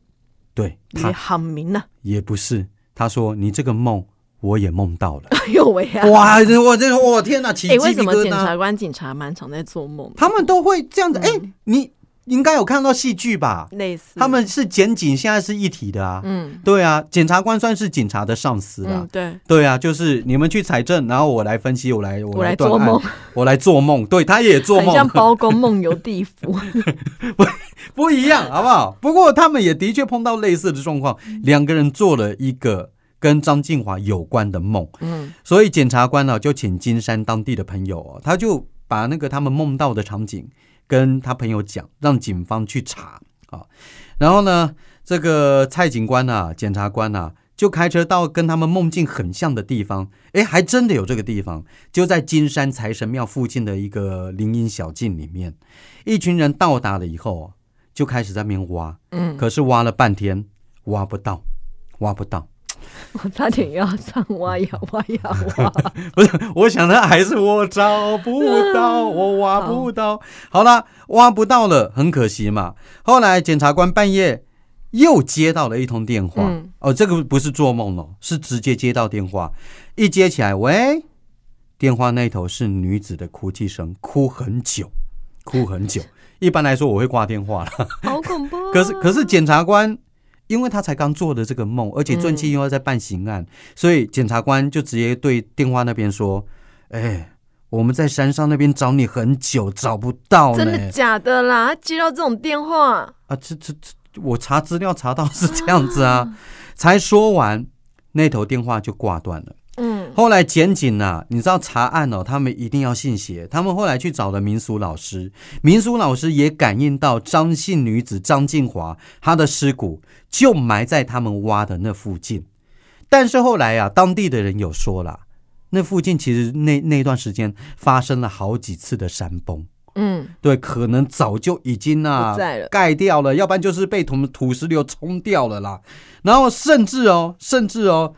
S1: 对
S2: 你
S1: 他
S2: 喊明啊 <laughs> 了，
S1: 也不是，他说你这个梦我也梦到了。
S2: <laughs> 哎呦喂啊！
S1: 哇，这我这我天哪，起鸡
S2: 哎，
S1: 皮
S2: 为什么
S1: 疙
S2: 检察嗯
S1: 瘩！
S2: 官、警察蛮常在做梦的？
S1: 他们都会这样子。哎、你应该有看到戏剧吧？
S2: 类似
S1: 他，们是检警，现在是一体的啊。
S2: 嗯
S1: 对啊，检察官算是警察的上司啦。
S2: 嗯，对，
S1: 对啊，就是你们去采证，然后我来分析，我来我
S2: 我来
S1: 断
S2: 做
S1: 案
S2: 梦，
S1: 我来做梦。对，他也 <laughs> 做
S2: 很像
S1: 梦，
S2: 包公梦游地府，
S1: <laughs> 不一样，好不好？ <laughs> 不过他们也的确碰到类似的状况，两个人做了一个跟张静华有关的梦，
S2: 嗯，
S1: 所以检察官呢、就请金山当地的朋友、哦，他就把那个他们梦到的场景跟他朋友讲，让警方去查啊。然后呢，这个蔡警官啊，检察官啊，就开车到跟他们梦境很像的地方，诶，还真的有这个地方，就在金山财神庙附近的一个林荫小径里面。一群人到达了以后啊，就开始在那边挖，
S2: 嗯，
S1: 可是挖了半天挖不到，挖不到。
S2: 我差点要上挖呀挖呀挖，
S1: <laughs> 不是，我想的还是我找不到，我挖不到。好啦，挖不到了，很可惜嘛。后来检察官半夜又接到了一通电话，
S2: 嗯
S1: 哦，这个不是做梦了，是直接接到电话，一接起来，喂，电话那头是女子的哭泣声，哭很久，哭很久。一般来说我会挂电话了，
S2: <laughs> 好恐怖啊
S1: 可是可是检察官，因为他才刚做的这个梦，而
S2: 嗯
S1: 且最近又要在办刑案，所以检察官就直接对电话那边说：“哎，我们在山上那边找你很久，找不到
S2: 真的
S1: 呢。
S2: 假的啦？他接到这种电话，”
S1: 啊，这这这，我查资料查到是这样子啊，才说完，那头电话就挂断了。
S2: 嗯，
S1: 后来检警啊，你知道查案哦，他们一定要信邪。他们后来去找了民俗老师，民俗老师也感应到张姓女子张静华她的尸骨就埋在他们挖的那附近。但是后来啊，当地的人有说啦，那附近其实那那段时间发生了好几次的山崩，
S2: 嗯，
S1: 对，可能早就已经啊
S2: 不在了
S1: 盖掉了，要不然就是被土土石流冲掉了啦。然后甚至哦，甚至哦，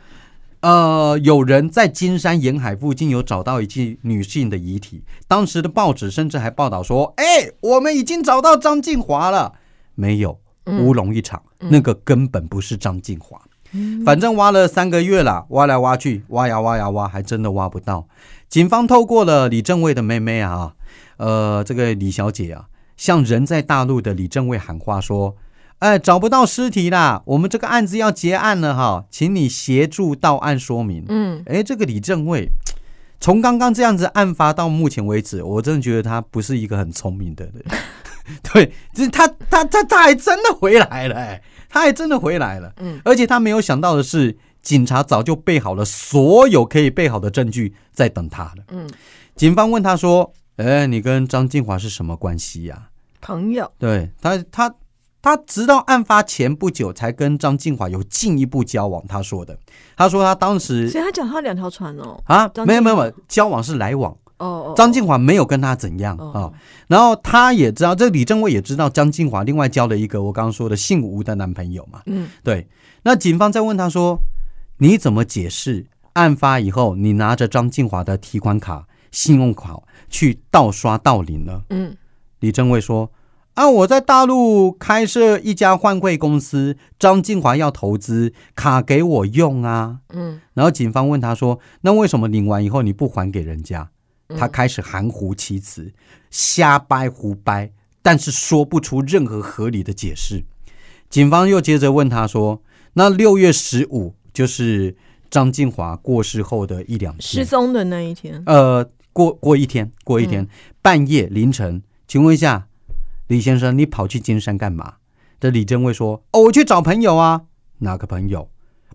S1: 呃，有人在金山沿海附近有找到一具女性的遗体，当时的报纸甚至还报道说：“哎，我们已经找到张静华了。”没有，乌龙一场，那个根本不是张静华。反正挖了三个月啦，挖来挖去，挖呀挖呀挖，还真的挖不到。警方透过了李正卫的妹妹啊，呃，这个李小姐啊，向人在大陆的李正卫喊话说：“哎，找不到尸体啦，我们这个案子要结案了哈，请你协助到案说明。”
S2: 嗯，
S1: 哎，这个李正卫，从刚刚这样子案发到目前为止，我真的觉得他不是一个很聪明的人。 <laughs> 对，就是他，他，他，他还真的回来了、哎，他还真的回来了。
S2: 嗯，
S1: 而且他没有想到的是，警察早就备好了所有可以备好的证据在等他了。
S2: 嗯，
S1: 警方问他说：“哎，你跟张静华是什么关系呀、
S2: 朋友，
S1: 对他，他他直到案发前不久才跟张静华有进一步交往。他说的，他说他当时
S2: 所以他脚踏两条船哦，
S1: 啊，
S2: 张
S1: 没有没有
S2: 静
S1: 没
S2: 华
S1: 有，交往是来往。
S2: 哦哦，
S1: 张静华没有跟他怎样啊、
S2: 哦
S1: 然后他也知道，这李正伟也知道张静华另外交了一个我刚刚说的姓吴的男朋友嘛。
S2: 嗯，
S1: 对。那警方在问他说：“你怎么解释案发以后你拿着张静华的提款卡、信用卡去盗刷盗领呢？”
S2: 嗯，
S1: 李正伟说：“啊，我在大陆开设一家换汇公司，张静华要投资，卡给我用啊。”
S2: 嗯，
S1: 然后警方问他说：“那为什么领完以后你不还给人家？”他开始含糊其辞，瞎掰胡掰，但是说不出任何合理的解释。警方又接着问他说：“那六月十五就是张静华过世后的一两天
S2: 失，踪的那一天，嗯
S1: 呃，过过一天，过一天、半夜凌晨，请问一下，李先生，你跑去金山干嘛？这李正卫说：“哦，我去找朋友啊，哪个朋友？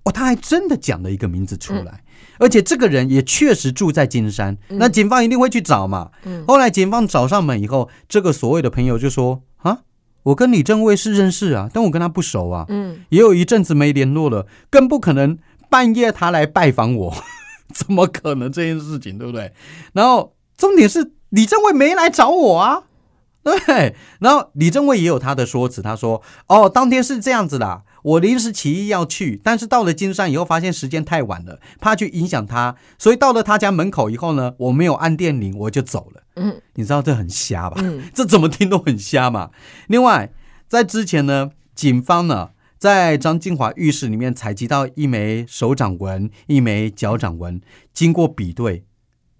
S1: 哦，他还真的讲了一个名字出
S2: 嗯
S1: 来，而且这个人也确实住在金山，那警方一定会去找嘛。
S2: 嗯
S1: 后来警方找上门以后，这个所谓的朋友就说：啊，我跟李正卫是认识啊，但我跟他不熟啊，
S2: 嗯，
S1: 也有一阵子没联络了，更不可能半夜他来拜访我， <laughs> 怎么可能这件事情，对不对？然后重点是李正伟没来找我啊，对不对。然后李正伟也有他的说辞，他说：“哦，当天是这样子啦，我临时起意要去，但是到了金山以后，发现时间太晚了，怕去影响他，所以到了他家门口以后呢，我没有按电铃，我就走了。”
S2: 嗯，
S1: 你知道这很瞎吧？
S2: 嗯
S1: 这怎么听都很瞎嘛。另外，在之前呢，警方呢在张静华浴室里面采集到一枚手掌纹、一枚脚掌纹，经过比对，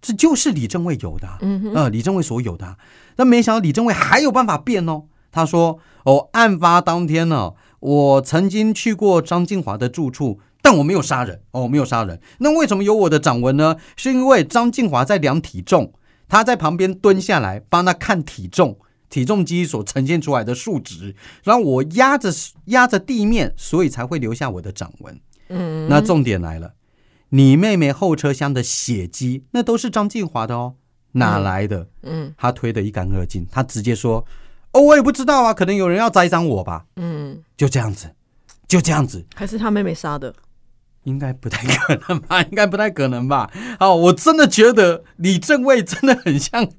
S1: 这就是李正卫有的啊、
S2: 嗯哼，
S1: 呃，李正卫所有的啊、那没想到李正卫还有办法变哦。他说：“哦，案发当天呢、我曾经去过张静华的住处，但我没有杀人，哦，我没有杀人。那为什么有我的掌纹呢？是因为张静华在量体重，他在旁边蹲下来帮他看体重。”体重机所呈现出来的数值，然后我压着压着地面，所以才会留下我的掌纹。
S2: 嗯，
S1: 那重点来了，你妹妹后车厢的血迹，那都是张静华的哦，哪来的？
S2: 嗯
S1: 他推得一干二净，他直接说：“哦，我也不知道啊，可能有人要栽赃我吧。
S2: 嗯，”
S1: 就这样子，就这样子，
S2: 还是他妹妹杀的，
S1: 应该不太可能吧？应该不太可能吧？哦，我真的觉得李正卫真的很像《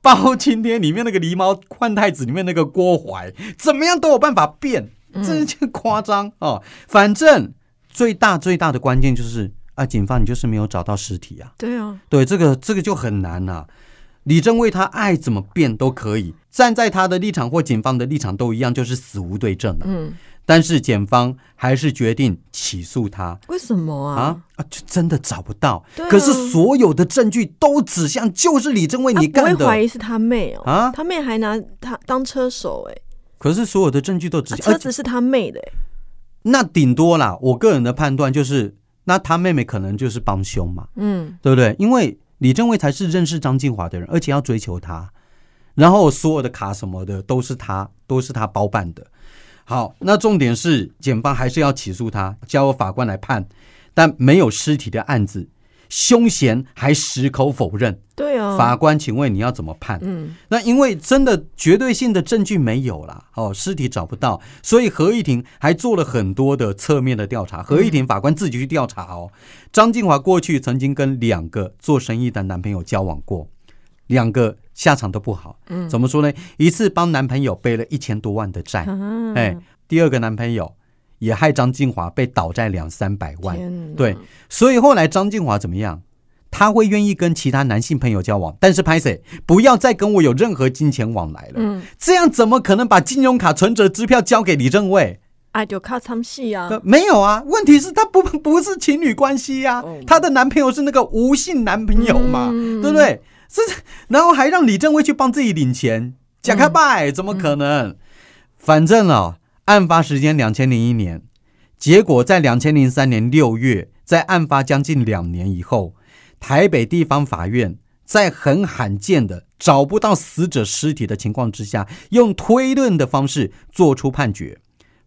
S1: 包青天》里面那个狸猫换太子里面那个郭槐，怎么样都有办法变，真是夸张哦。反正最大最大的关键就是啊，警方你就是没有找到尸体啊。
S2: 对啊，
S1: 对，这个这个就很难啦、李正为他爱怎么变都可以，站在他的立场或检方的立场都一样，就是死无对证了、
S2: 嗯，
S1: 但是检方还是决定起诉他
S2: 为什么啊？
S1: 啊啊，就真的找不到。
S2: 对啊
S1: 可是所有的证据都指向就是李正为
S2: 他
S1: 你
S2: 啊不会
S1: 干的
S2: 怀疑是他妹哦，
S1: 啊
S2: 他妹还拿他当车手哎，
S1: 可是所有的证据都指
S2: 啊
S1: 向，
S2: 车
S1: 而且
S2: 子是他妹的、欸，
S1: 那顶多啦，我个人的判断就是，那他妹妹可能就是帮凶嘛，
S2: 嗯，
S1: 对不对？因为李正威才是认识张静华的人，而且要追求她，然后所有的卡什么的都是他，都是他包办的。好，那重点是检方还是要起诉他，交由法官来判，但没有尸体的案子，凶嫌还矢口否认。
S2: 对啊，
S1: 法官，请问你要怎么判？
S2: 嗯，
S1: 那因为真的绝对性的证据没有啦，哦，尸体找不到，所以合议庭还做了很多的侧面的调查。合议庭法官自己去调查哦。张静华过去曾经跟两个做生意的男朋友交往过，两个下场都不好。嗯，怎么说呢？一次帮男朋友背了一千多万的债，
S2: 啊
S1: 哎，第二个男朋友也害张静华被倒债两三百万。
S2: 天哪
S1: 对，所以后来张静华怎么样？他会愿意跟其他男性朋友交往，但是拍谁不要再跟我有任何金钱往来了。
S2: 嗯，
S1: 这样怎么可能把金融卡、存折、支票交给李正伟？
S2: 爱就靠参戏啊，
S1: 呃没有啊，问题是他不 <laughs> 不是情侣关系呀、
S2: 哦嗯
S1: 她的男朋友是那个无性男朋友嘛，对不对？是，然后还让李正威去帮自己领钱，假开拜，
S2: 嗯
S1: 怎么可能？反正啊、案发时间两千零一年，结果在两千零三年六月，在案发将近两年以后，台北地方法院在很罕见的找不到死者尸体的情况之下，用推论的方式作出判决，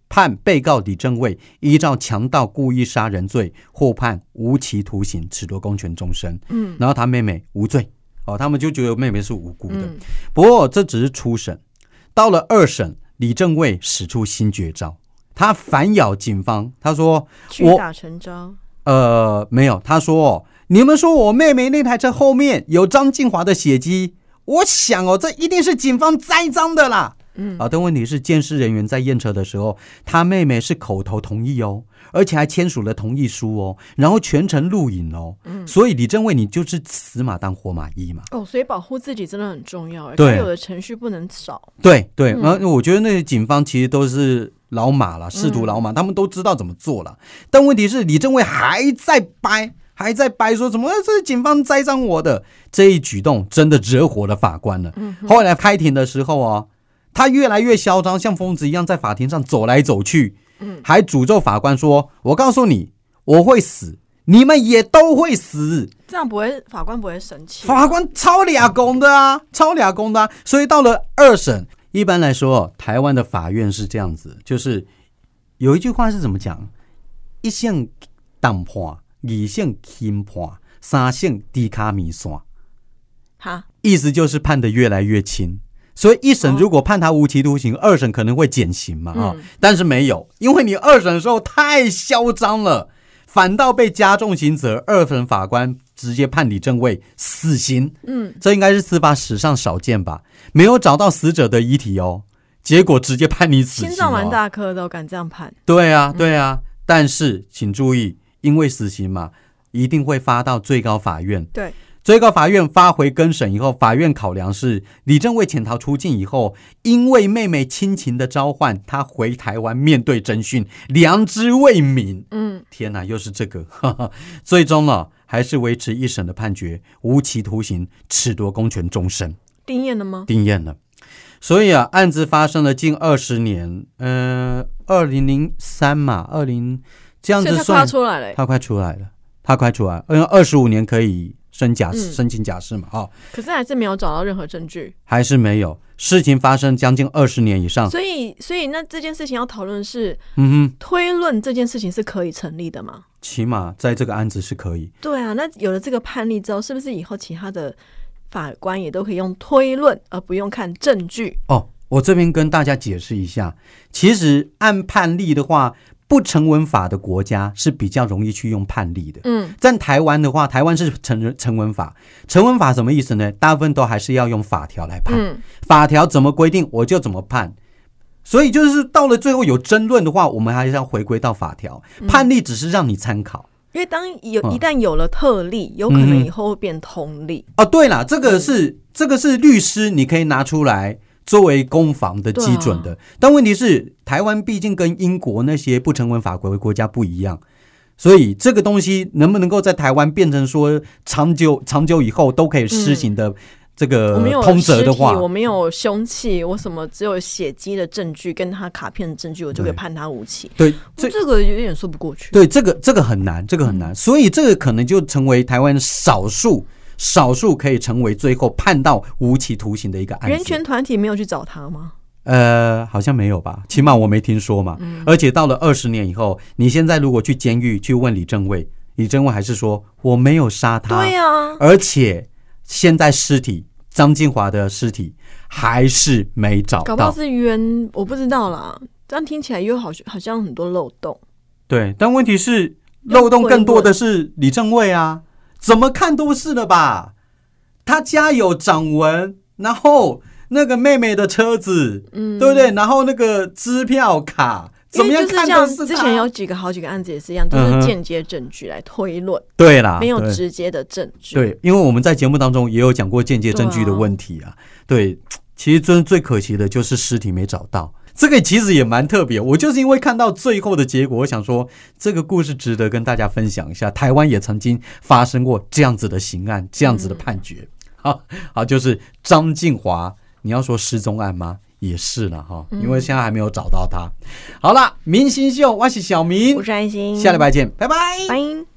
S1: 判被告李正卫依照强盗故意杀人罪获判无期徒刑，褫夺公权终身。
S2: 嗯，
S1: 然后他妹妹无罪，哦，他们就觉得妹妹是无辜的。
S2: 嗯
S1: 不过这只是初审，到了二审，李正卫使出新绝招，他反咬警方，他说
S2: 屈打成招，：“
S1: 呃，没有。”他说：“哦，你们说我妹妹那台车后面有张静华的血迹，我想哦，这一定是警方栽赃的啦。”
S2: 嗯
S1: 啊，但问题是，鉴识人员在验车的时候，他妹妹是口头同意哦，而且还签署了同意书哦，然后全程录影哦，所以李正卫你就是死马当活马医嘛。
S2: 哦，所以保护自己真的很重要、欸，
S1: 对
S2: 该有的程序不能少，
S1: 对对，然后、我觉得那些警方其实都是老马了，仕途老马，他们都知道怎么做了。但问题是，李正伟还在掰，还在掰，说什么、呃这是警方栽赃我的这一举动，真的惹火了法官了。后来开庭的时候哦，他越来越嚣张，像疯子一样在法庭上走来走去，还诅咒法官说：“我告诉你，我会死，你们也都会死。”
S2: 这样不会法官不会生气，
S1: 法官超俩公的啊，超俩公的啊，所以到了二审，一般来说，台湾的法院是这样子，就是有一句话是怎么讲？一线当判，二线轻判，三线低卡米线，
S2: 哈，
S1: 意思就是判的越来越轻。所以一审如果判他无期徒刑，二审可能会减刑嘛啊、但是没有，因为你二审的时候太嚣张了，反倒被加重刑责，二审法官直接判李正卫死刑。
S2: 嗯，
S1: 这应该是司法史上少见吧？没有找到死者的遗体哦，结果直接判你死
S2: 心
S1: 刑、
S2: 脏蛮
S1: 哦。
S2: 大颗的哦，敢这样判，
S1: 对啊，对啊，但是请注意，因为死刑嘛，一定会发到最高法院。
S2: 对，
S1: 最高法院发回更审以后，法院考量是李正卫潜逃出境以后，因为妹妹亲情的召唤，他回台湾面对侦讯，良知未泯。
S2: 嗯，
S1: 天哪，又是这个， <laughs> 哈哈最终呢、还是维持一审的判决，无期徒刑，褫夺公权终身。
S2: 定验了吗？
S1: 定验了。所以啊，案子发生了近二十年，呃，二零零三嘛，二零这样
S2: 所以
S1: 子
S2: 他快要
S1: 算，
S2: 出来了、欸，
S1: 他快出来了，他快出来了，因为二十五年可以申假、
S2: 嗯
S1: 申请假释嘛，啊、
S2: 可是还是没有找到任何证据，
S1: 还是没有。事情发生将近二十年以上，
S2: 所以所以那这件事情要讨论是
S1: 啊嗯哼，
S2: 推论这件事情是可以成立的吗？
S1: 起码在这个案子是可以。
S2: 对啊，那有了这个判例之后，是不是以后其他的法官也都可以用推论，而不用看证据？
S1: 哦，我这边跟大家解释一下，其实按判例的话，不成文法的国家是比较容易去用判例的。
S2: 嗯，
S1: 在台湾的话，台湾是成成文法，成文法什么意思呢？大部分都还是要用法条来判，
S2: 嗯
S1: 法条怎么规定我就怎么判。所以就是到了最后有争论的话，我们还是要回归到法条，
S2: 嗯
S1: 判例只是让你参考。
S2: 因为当有
S1: 嗯
S2: 一旦有了特例，有可能以后会变通例。
S1: 哦，对了，这个是、这个是律师你可以拿出来作为攻防的基准
S2: 啊
S1: 的，但问题是台湾毕竟跟英国那些不成文法规国家不一样。所以这个东西能不能够在台湾变成说长久长久以后都可以施行的这个
S2: 嗯我没有
S1: 呃通则的话
S2: 尸体，我没有凶器，我什么只有血迹的证据跟他卡片的证据，我就可以
S1: 对
S2: 判他无期。
S1: 对
S2: 这
S1: 这
S2: 这个有点说不过去。
S1: 对这个这个很难，这个
S2: 嗯
S1: 很难，所以这个可能就成为台湾少数少数可以成为最后判到无期徒刑的一个案
S2: 人
S1: 件。
S2: 权团体没有去找他吗？
S1: 呃，好像没有吧，起码我没听说嘛。
S2: 嗯
S1: 而且到了二十年以后，你现在如果去监狱去问李正卫，李正卫还是说我没有杀他。
S2: 对啊呀、
S1: 而且现在尸体张静华的尸体还是没找
S2: 搞不好
S1: 到。
S2: 是冤，我不知道啦。这样听起来又好好像很多漏洞。
S1: 对，但问题是
S2: 要
S1: 漏洞更多的是李正卫啊，怎么看都是的吧？他家有掌纹，然后那个妹妹的车子，
S2: 嗯，
S1: 对不对？然后那个支票卡，怎么
S2: 因为
S1: 样
S2: 就是
S1: 看
S2: 这
S1: 都
S2: 样，
S1: 是他。
S2: 之前有几个好几个案子也是一样，都
S1: 嗯
S2: 是
S1: 哼
S2: 间接证据来推论，
S1: 对啦，
S2: 没有
S1: 对
S2: 直接的证据。，
S1: 对，因为我们在节目当中也有讲过间接证据的问题啊。对，其实真最可惜的就是尸体没找到，这个其实也蛮特别。我就是因为看到最后的结果，我想说这个故事值得跟大家分享一下。台湾也曾经发生过这样子的刑案，这样子的判决。好，好，就是张静华，你要说失踪案吗？也是了哈，因为现在还没有找到他。好啦，明星秀，我是小明
S2: 我，是安心，
S1: 下礼拜见，拜拜
S2: 拜。